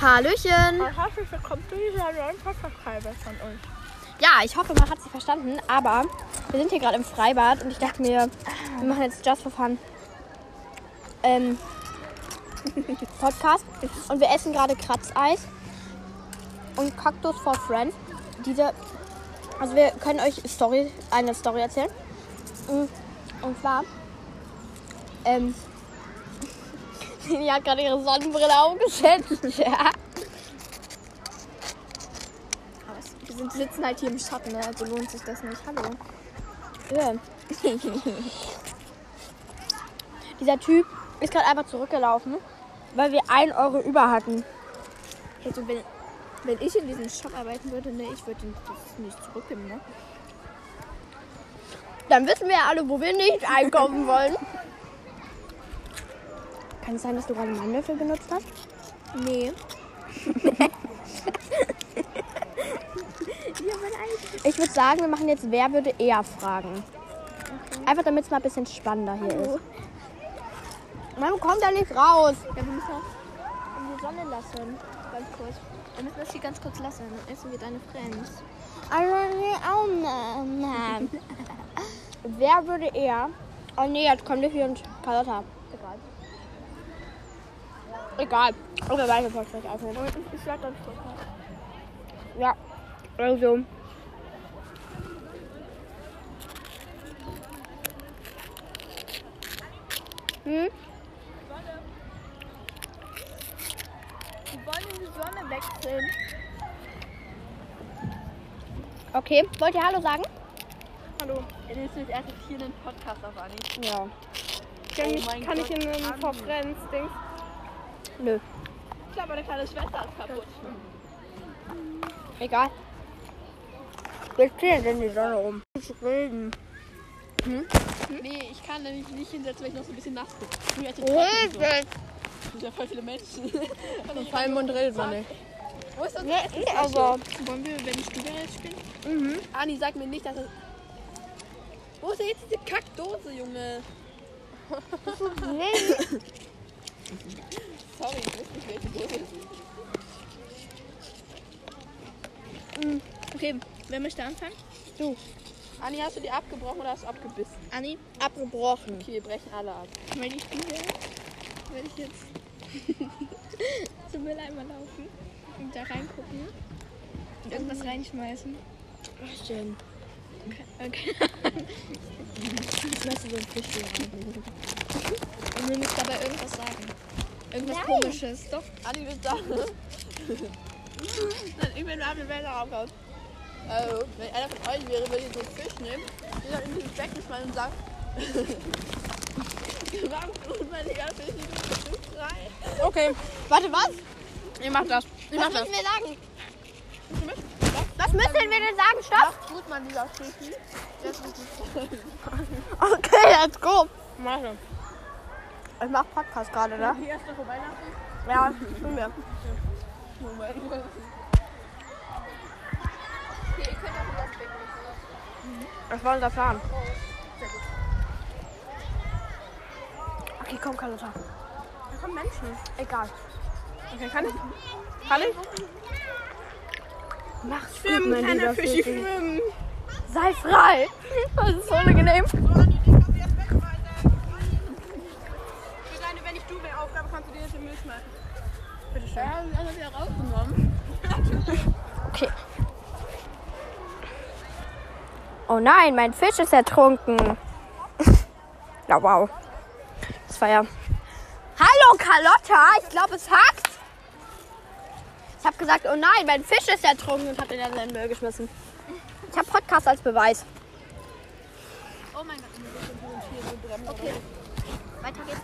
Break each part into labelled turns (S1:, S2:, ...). S1: Hallöchen.
S2: Und herzlich willkommen zu dieser neuen Podcast-Scheibe von uns.
S1: Ja, ich hoffe, man hat sie verstanden, aber wir sind hier gerade im Freibad und ich dachte mir, wir machen jetzt just for fun. Ähm, Podcast und wir essen gerade Kratzeis und Cactus for Friends. Diese, also wir können euch Story, eine Story erzählen. Mm, Und zwar, ähm, die hat gerade ihre Sonnenbrille aufgesetzt. Ja.
S3: Aber es- wir sind, sitzen halt hier im Schatten, ne? also lohnt sich das nicht. Hallo.
S1: Ja. Dieser Typ ist gerade einfach zurückgelaufen, weil wir 1 Euro über hatten.
S3: Hey, so, Also wenn, wenn ich in diesem Shop arbeiten würde, ne, ich würde den- das nicht zurückgeben, ne?
S1: Dann wissen wir ja alle, wo wir nicht einkaufen wollen. Kann es sein, dass du gerade einen Löffel benutzt hast?
S3: Nee.
S1: Ich würde sagen, wir machen jetzt Wer würde eher fragen. Einfach damit es mal ein bisschen spannender hier ist. Man kommt da nicht raus.
S3: Ja, wir müssen das in die Sonne lassen. Ganz kurz. Wir müssen das hier ganz kurz lassen, dann essen wir deine Friends.
S1: Also, nee, auch nein, nein. Wer würde eher. Oh nee, jetzt kommt Liffy und Carlotta.
S3: Egal.
S1: Egal. Und wir weiter Podcast aufnehmen.
S2: Und ich, ich werde dann gucken.
S1: Ja. Also. Hm?
S2: Wir wollen in die Sonne wechseln.
S1: Okay. Wollt ihr Hallo sagen?
S2: Hallo. Jetzt ist das erste hier einen Podcast auf Anni.
S1: Ja.
S2: Oh
S4: Kann, ich,
S2: mein
S4: kann
S2: Gott,
S4: ich in einem
S2: Mann.
S4: For Friends Ding?
S1: Nö.
S2: Ich glaube, meine kleine Schwester ist kaputt.
S1: Egal. Wir stehen in die Sonne um. Ich reden.
S2: Nee, ich kann nämlich nicht hinsetzen, weil ich noch so ein bisschen nass bin. Mir hat jetzt so.
S1: Redet.
S2: Es sind ja voll viele Menschen.
S4: Vor allem und redet man nicht.
S2: Wo ist das?
S1: Nee, nee, aber.
S2: Also. Wollen wir, wenn ich Spielgerät spielen? Mhm. Anni, sag mir nicht, dass das... Wo ist denn jetzt diese Kackdose, Junge?
S1: Nee.
S2: Sorry, ich wusste nicht, welche Dose das ist. Mhm. Okay, wer möchte anfangen?
S1: Du.
S2: Anni, hast du die abgebrochen oder hast du abgebissen?
S1: Anni? Abgebrochen.
S2: Okay, wir brechen alle ab.
S3: Wenn ich bin, werde ich jetzt zum Mülleimer laufen und da reingucken und irgendwas reinschmeißen.
S1: Was denn?
S3: Okay.
S1: Schmeißt du so ein Fisch rein?
S3: Und wir müssen dabei irgendwas sagen. Irgendwas komisches. Doch.
S2: Anni, bitte. Dann irgendwann ab, wenn er rauskommt. Also, wenn einer von euch wäre, würde ich so einen Fisch nehmen, den dann in dieses Becken schmeißen und sagen, warum tut man die ganze Fisch nicht so frei?
S1: Okay. Warte, was?
S2: Ihr macht das. Ihr
S1: Was
S2: macht das.
S1: müssen wir sagen?
S2: Was-
S1: Was müssen wir denn sagen? Stopp!
S2: Was tut man dieser Fisch? Das ist
S1: Okay, let's go.
S4: Warte.
S1: Ich mach Podcast gerade, ne?
S2: die erste Weihnachten.
S1: Ja, tun wir.
S2: Moment.
S1: Was war unser Plan? Okay, komm, Carlotta.
S4: Da kommen Menschen.
S1: Egal.
S4: Okay, kann ich? Kann ich?
S1: Mach's
S4: Schwimmen,
S1: gut, mein
S4: kleiner
S1: lieber
S4: Fischi,
S1: Fischi.
S4: schwimmen.
S1: Sei frei. Das ist so unangenehm.
S4: Für deine, wenn ich du wäre, Aufgabe kannst du dir das in den Müll schmeißen.
S2: Ja, das haben wir rausgenommen.
S1: Okay. Oh nein, mein Fisch ist ertrunken. Na wow. Das war ja. Hallo Carlotta, ich glaube es hackt. Ich habe gesagt, oh nein, mein Fisch ist ertrunken und habe ihn dann in den Müll geschmissen. Ich habe Podcast als Beweis.
S2: Oh mein Gott, wir sind schon hier so bremsen. Okay.
S3: Weiter geht's.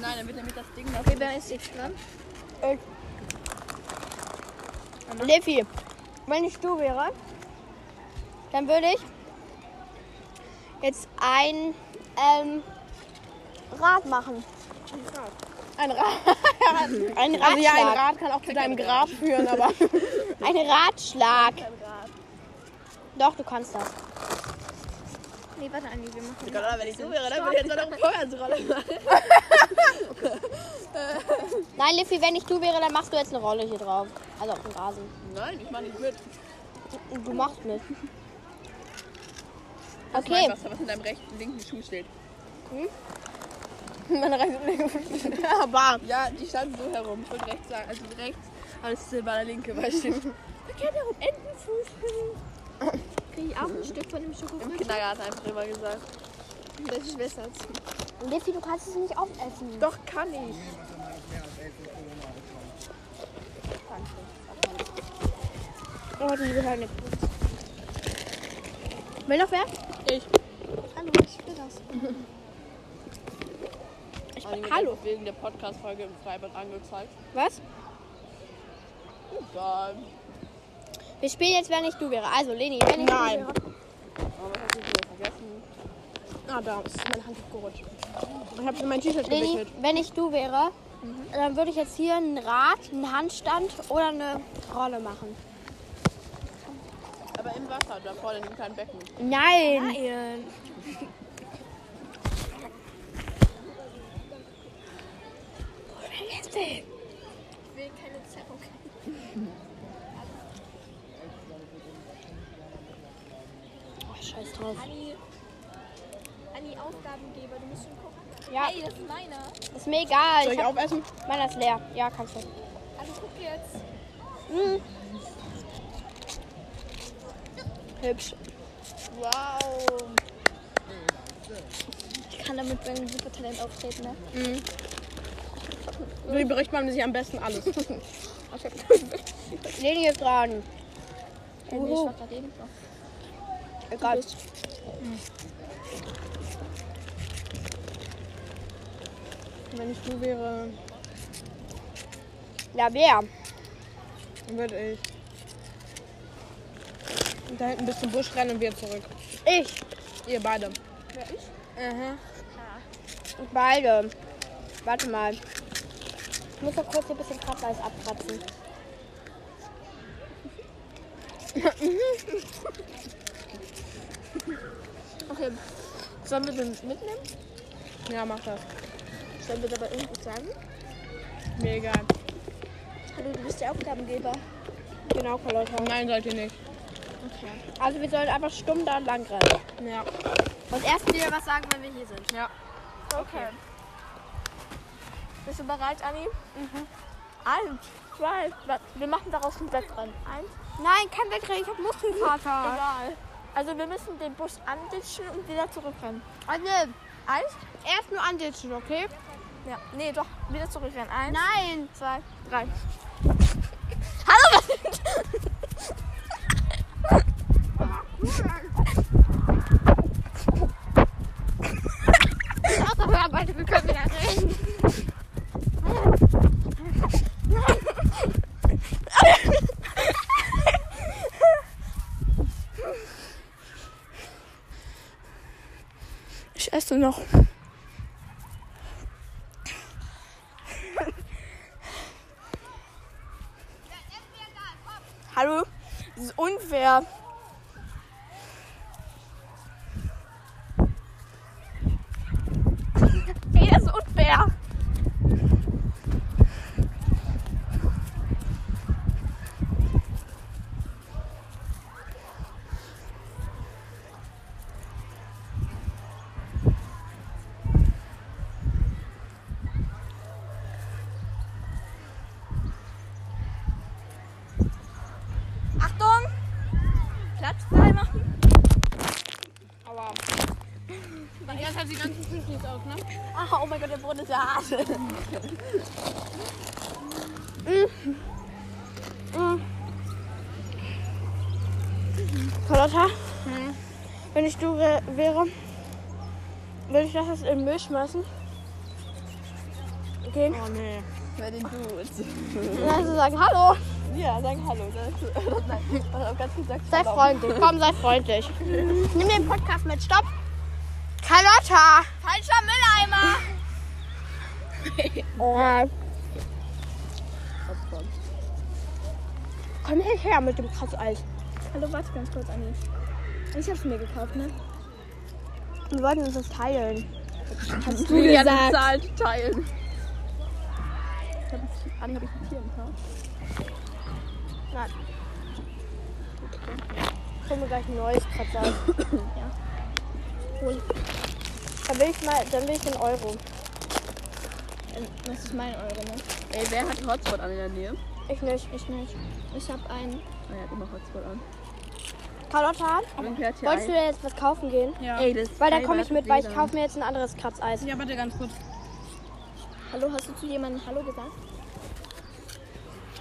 S2: Nein, dann wird nämlich das Ding
S3: Okay, wer ist jetzt dran?
S1: Äh. Leffi, wenn ich du wäre, dann würde ich jetzt ein ähm, Rad machen.
S4: Ein Rad.
S1: Ein Ratschlag.
S4: Also ja, ein Rad kann auch zu deinem Grab führen, aber.
S1: Ein Ratschlag. Doch, du kannst das.
S3: Nee, warte, Anni, wir machen.
S2: Wenn ich so wäre, dann würde ich jetzt noch eine Feuersrolle machen.
S1: Nein, Liffy, wenn ich du wäre, dann machst du jetzt eine Rolle hier drauf. Also auf dem Rasen.
S2: Nein, ich mach nicht mit.
S1: Du, du machst mit.
S2: Das ist mein
S1: Okay,
S2: Wasser, was in deinem rechten, linken Schuh steht.
S4: Hm?
S1: meine Reise. Ja, aber.
S2: Ja, die standen so herum. Ich wollte rechts sagen, also rechts, aber das ist bei der linke, weißt du.
S3: Man kann ja auch Entenfuß Kriege ich auch ein Stück von dem
S2: Im
S3: Schokofrömmchen?
S2: Kindergarten einfach immer gesagt.
S3: Das ist besser als
S1: Liffy, du kannst es nicht aufessen.
S2: Doch, kann ich.
S1: Oh, die gehören nicht. Will noch wer?
S2: Ich.
S3: Hallo, ich will das.
S1: Ich,
S2: Hallo.
S1: hallo.
S2: Wegen der Podcast-Folge im Freibad angezeigt.
S1: Was?
S2: Egal.
S1: Wir spielen jetzt, wenn ich du wäre. Also, Leni, wenn ich du
S2: Nein.
S1: wäre.
S2: Aber was hast du wieder vergessen?
S4: Ah, da ist mein Handtuch gerutscht. Ich habe mein T-Shirt
S1: Leni,
S4: gewickelt.
S1: wenn ich du wäre, dann würde ich jetzt hier ein Rad, einen Handstand oder eine Rolle machen.
S2: Aber im Wasser, da vorne in dem kleinen Becken.
S1: Nein.
S3: Nein. Ich will keine Zerrung.
S1: Oh, scheiß drauf.
S3: Anni, Anni, Aufgabengeber, du musst schon gucken.
S1: Ja,
S3: Hey, das ist meiner.
S1: ist mir egal.
S4: Soll
S1: Ich
S4: ich
S1: hab,
S4: aufessen?
S1: meiner ist leer. Ja, kannst du.
S3: Also guck jetzt.
S1: Hübsch.
S2: Wow.
S3: Ich kann damit bei einem Supertalent auftreten, ne?
S4: Wie berichtet man sich am besten alles?
S1: Leni ist dran.
S3: Hey, nee, ich war gerade eben noch.
S1: Egal.
S4: Wenn ich du wäre,
S1: Ja, wer?
S4: würde ich. Da hinten bis zum Busch rennen und wieder zurück.
S1: Ich.
S4: Ihr beide.
S3: Wer ich?
S4: Aha.
S1: Beide. Warte mal. Ich muss doch kurz hier ein bisschen Krabbleis abkratzen.
S2: Okay. Sollen wir den mitnehmen?
S4: Ja, mach das.
S3: Sollen wir dabei irgendwas sagen?
S4: Mir egal.
S3: Hallo, du bist der Aufgabengeber.
S1: Genau, Carlotta.
S4: Nein, sollt ihr nicht.
S1: Also wir sollen einfach stumm da lang rennen.
S4: Ja.
S1: Und erst wieder was sagen, wenn wir hier sind.
S3: Okay. Bist du bereit, Anni? Mhm. Eins, zwei, drei. wir machen daraus ein Wettrennen. Eins,
S1: Nein, kein Wegrennen, ich hab Muskelkater.
S3: egal. Also wir müssen den Bus anditschen und wieder zurückrennen.
S1: Also,
S3: Eins?
S1: erst nur anditschen, okay?
S3: Ja. Nee, doch, wieder zurückrennen. Eins,
S1: Nein.
S3: zwei, drei.
S1: wir können wieder rennen.
S3: Ich esse noch. Hallo? Das ist unfair. Ey, das ist unfair. Achtung! Platz frei machen.
S2: Das hat die ganzen Fischlis aus, ne?
S3: Ah, oh mein Gott, der Boden ist ja hart.
S1: Carlotta,
S2: Hm.
S1: wenn ich du wär- wäre, würde ich das jetzt in den Müll schmeißen. Okay.
S4: Oh nee.
S2: Wer den du ist.
S1: Und dann so sagen, hallo,
S2: Ja, sagen Hallo. Das ist, nein, das hat auch ganz gesagt.
S1: sei freundlich. Komm, sei freundlich. Nimm den Podcast mit. Stopp. Carlotta.
S3: Falscher Mülleimer.
S1: Oh. Komm hierher mit dem Kratzeis.
S3: Hallo, warte ganz kurz, Anni. Ich hab's mir gekauft, ne?
S1: Wir wollten uns das teilen.
S2: Julia, die Zahlen teilen. Ich hab, ich, Anni, hab ich ein Tier im Haar?
S1: Nein. Ich hol mir gleich ein neues Kratzer. ja. Hol. Dann will ich mal, dann will ich den Euro.
S3: Ähm, Das ist mein Euro, ne?
S2: Ey, wer hat einen Hotspot an in der Nähe?
S1: Ich nicht.
S3: Ich nicht. Ich habe einen.
S2: Er hat immer Hotspot an.
S1: Carlotta,
S2: Man hört hier
S1: wolltest du
S2: ein.
S1: dir jetzt was kaufen gehen?
S4: Ja.
S2: Ey, das
S1: Weil dann komme ich
S2: privates
S1: mit, weil ich
S2: WLAN.
S1: kaufe mir jetzt ein anderes Kratzeis.
S4: Ja, bitte ganz kurz.
S3: Hallo, hast du zu jemandem Hallo gesagt?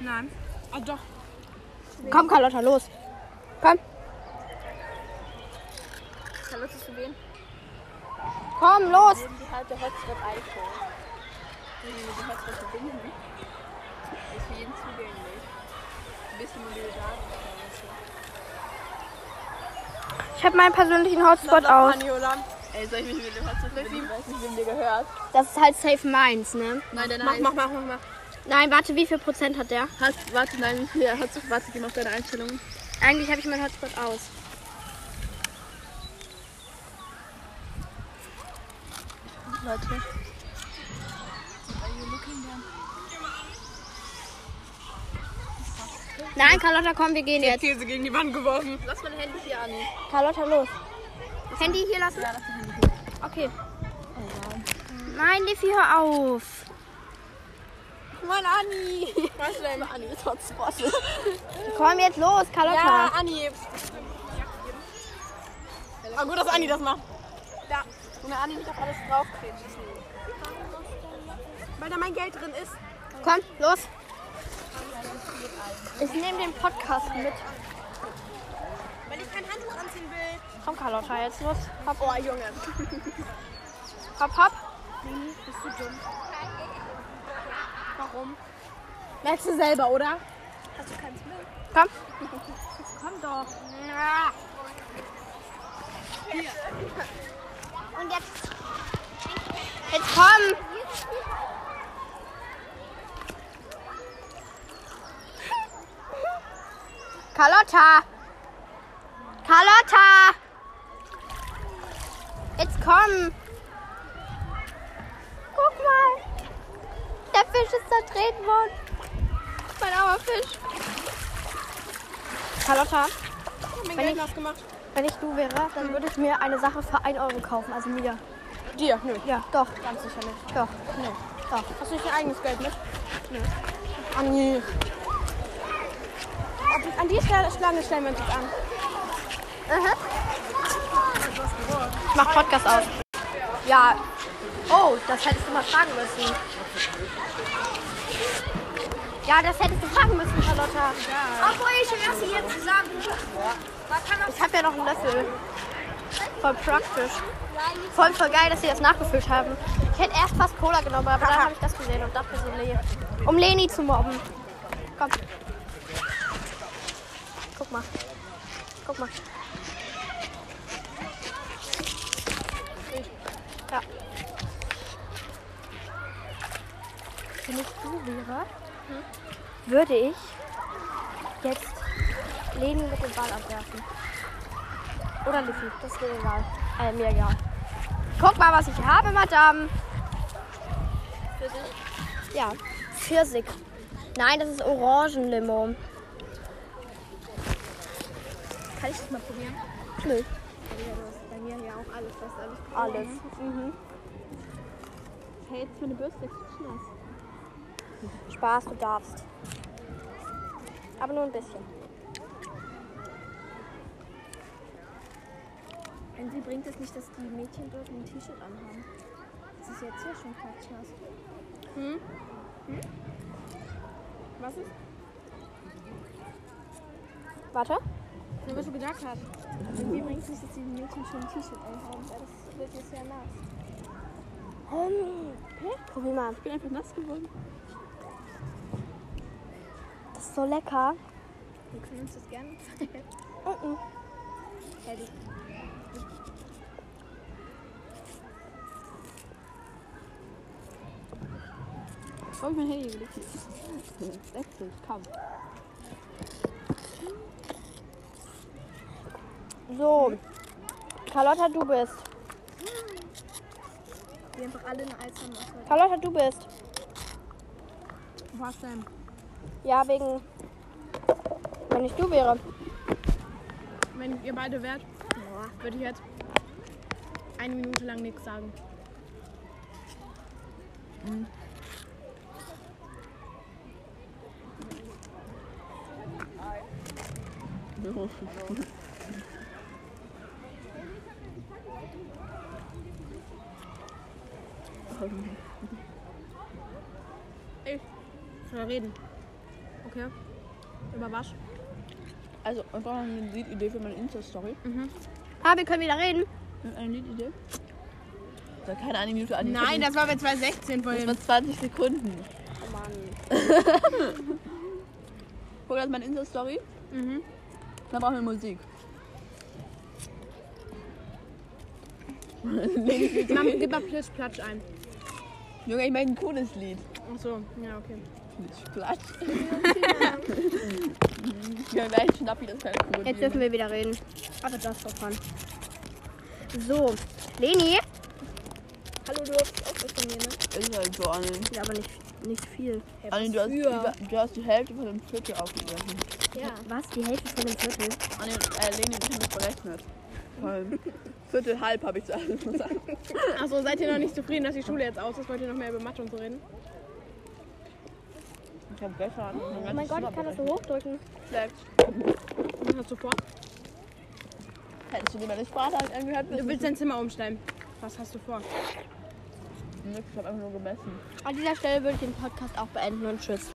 S4: Nein. Ah, doch.
S1: Komm, Carlotta, los. Komm,
S3: Hallo, hast du zu wem?
S1: komm, los.
S2: Die halbe Hotspot iPhone. Die die Hotspot verbinden. Ist für jeden zugänglich. Ein bisschen mobile Daten.
S1: Ich habe meinen persönlichen Hotspot aus.
S4: Aniola.
S2: Ey, soll ich mich mit dem Hotspot verbinden? Ich weiß nicht, wem dir gehört.
S1: Das ist halt safe meins, ne?
S2: Nein, deine
S4: Mach, mach, mach, mach, mach.
S1: Nein, warte, wie viel Prozent hat der?
S2: Hast, warte, nein, wie viel Hotspot? Warte, geh mal auf deine Einstellungen.
S1: Eigentlich habe ich meinen Hotspot aus.
S2: Warte.
S1: Nein, Carlotta, komm, wir gehen jetzt.
S4: Käse gegen die Wand geworfen.
S2: Lass mein Handy hier an.
S1: Carlotta, los. Handy hier lassen?
S2: Ja, lass mein Handy
S1: Okay. Nein, Liffy, hör auf.
S2: Moin, Anni. Was denn? Anni ist Hotspot.
S1: Komm jetzt los,
S4: Ja,
S1: Carlotta.
S4: Anni. Ah, gut, dass Anni das macht.
S2: Da. Und Anni nicht auf alles draufkriegt.
S4: Weil da mein Geld drin ist.
S1: Komm, los. Ich nehme den Podcast mit.
S4: Weil ich kein Handtuch anziehen will.
S1: Komm, Carlotta, jetzt los. Hopp,
S4: Oh, Junge.
S1: hopp, hopp.
S4: Merkst du selber, oder?
S1: Komm.
S4: Komm doch.
S1: Und jetzt. Jetzt komm. Carlotta. Carlotta. Jetzt komm. Guck mal. Der Fisch ist zertreten worden. Mein armer Fisch. Carlotta.
S4: Ich hab mein
S1: Wenn
S4: Geld
S1: ich-
S4: nachgemacht.
S1: Wenn ich du wäre, dann würde ich mir eine Sache für 1 Euro kaufen, also mir.
S4: Dir? Nö.
S1: Ja, doch,
S4: Ganz sicher nicht.
S1: doch.
S4: Hast du nicht dein eigenes Geld ne? mit? Nö. Anni. Ob- An die Stelle- Schlange stellen wir uns jetzt an.
S1: Ich mach Podcast aus. Ja. Oh, das hättest du mal fragen müssen. Ja, das hättest du fragen müssen, Charlotta.
S3: Obwohl ich lasse hier zusammen. Man kann auch
S1: Ich hab ja noch einen Löffel. Voll praktisch. Voll, voll geil, dass sie das nachgefüllt haben. Ich hätte erst fast Cola genommen, aber dann habe ich das gesehen und dachte so, nee. Um Leni zu mobben. Komm. Guck mal. Guck mal. Ja. Wenn ich du wäre, würde ich jetzt Leni mit dem Ball abwerfen. Oder Liffy, das ist mir egal. Äh, mir egal. Guck mal, was ich habe, Madame. Pfirsich? Ja, Pfirsich. Nein, das ist Orangenlimo.
S3: Kann ich das mal probieren?
S1: Nö.
S3: Bei mir ja auch alles, was alles.
S1: Alles. Mhm.
S2: ne? Hey, jetzt meine Bürste ist nass.
S1: Spaß, du darfst. Aber nur ein bisschen.
S3: Und wie bringt es nicht, dass die Mädchen dort ein T-Shirt anhaben? Das ist jetzt hier schon kacknass.
S4: Was ist?
S1: Warte.
S4: Nur was du gesagt hast.
S3: Und wie bringt es nicht, dass die Mädchen schon ein T-Shirt anhaben? Weil das wird jetzt ja nass.
S1: Homie. Probier mal.
S2: Ich bin einfach nass geworden.
S1: Das ist so lecker.
S3: Wir können uns das gerne zeigen.
S1: Mhm.
S3: Fertig.
S2: Wo hab ich mein Handy gelegt? Wechselt, komm.
S1: So. Carlotta, du bist.
S3: Wir einfach alle eine Alzheimer.
S1: Carlotta, du bist.
S4: Was denn?
S1: Ja, wegen. Wenn ich du wäre.
S3: Wenn ihr beide wärt, würde ich jetzt eine Minute lang nichts sagen. Ich soll reden. Okay. Über was?
S2: Also, ich brauche noch eine Liedidee für meine Insta-Story.
S1: Ah, wir können wieder reden.
S4: Mhm.
S2: Eine Liedidee? Soll keine eine Minute an
S3: Nein, das war bei 216
S2: das
S3: vorhin.
S2: waren 20 Sekunden. Mann.
S4: Oh
S2: Guck, das ist meine Insta-Story.
S3: Mhm.
S2: Dann brauchen wir Musik. Junge,
S3: Mama, gib mal Platsch, Platsch ein.
S2: ich meine ein cooles Lied.
S3: Ach so, ja, okay.
S2: Nicht Platsch. ja, gleich Schnappi, das ist kein cooles
S1: Jetzt
S2: Lied.
S1: dürfen wir wieder reden. Aber das war fun. So, Leni. Hallo, du hast auch was von mir, ne?
S2: Ist halt so, Anne.
S1: Ja, aber nicht, nicht viel.
S2: Anne, du hast, über, du hast die Hälfte von dem Viertel aufgegessen.
S1: Ja. Was? Die Hälfte von dem Viertel?
S2: Anne, äh, Leni, ich habe das berechnet. Voll. Viertel, halb habe ich zuerst gesagt.
S3: Achso, seid ihr noch nicht zufrieden, dass die Schule jetzt aus ist? Wollt ihr noch mehr über Mathe und so reden?
S2: Ich habe gestern.
S1: Oh mein Gott, ich kann das so hochdrücken.
S3: Was hast du vor?
S2: Hättest du dir meine Sprache angehört?
S3: Du willst dein Zimmer umstellen. Was hast du vor?
S2: Nix, ich habe einfach nur gemessen.
S1: An dieser Stelle würde ich den Podcast auch beenden und tschüss.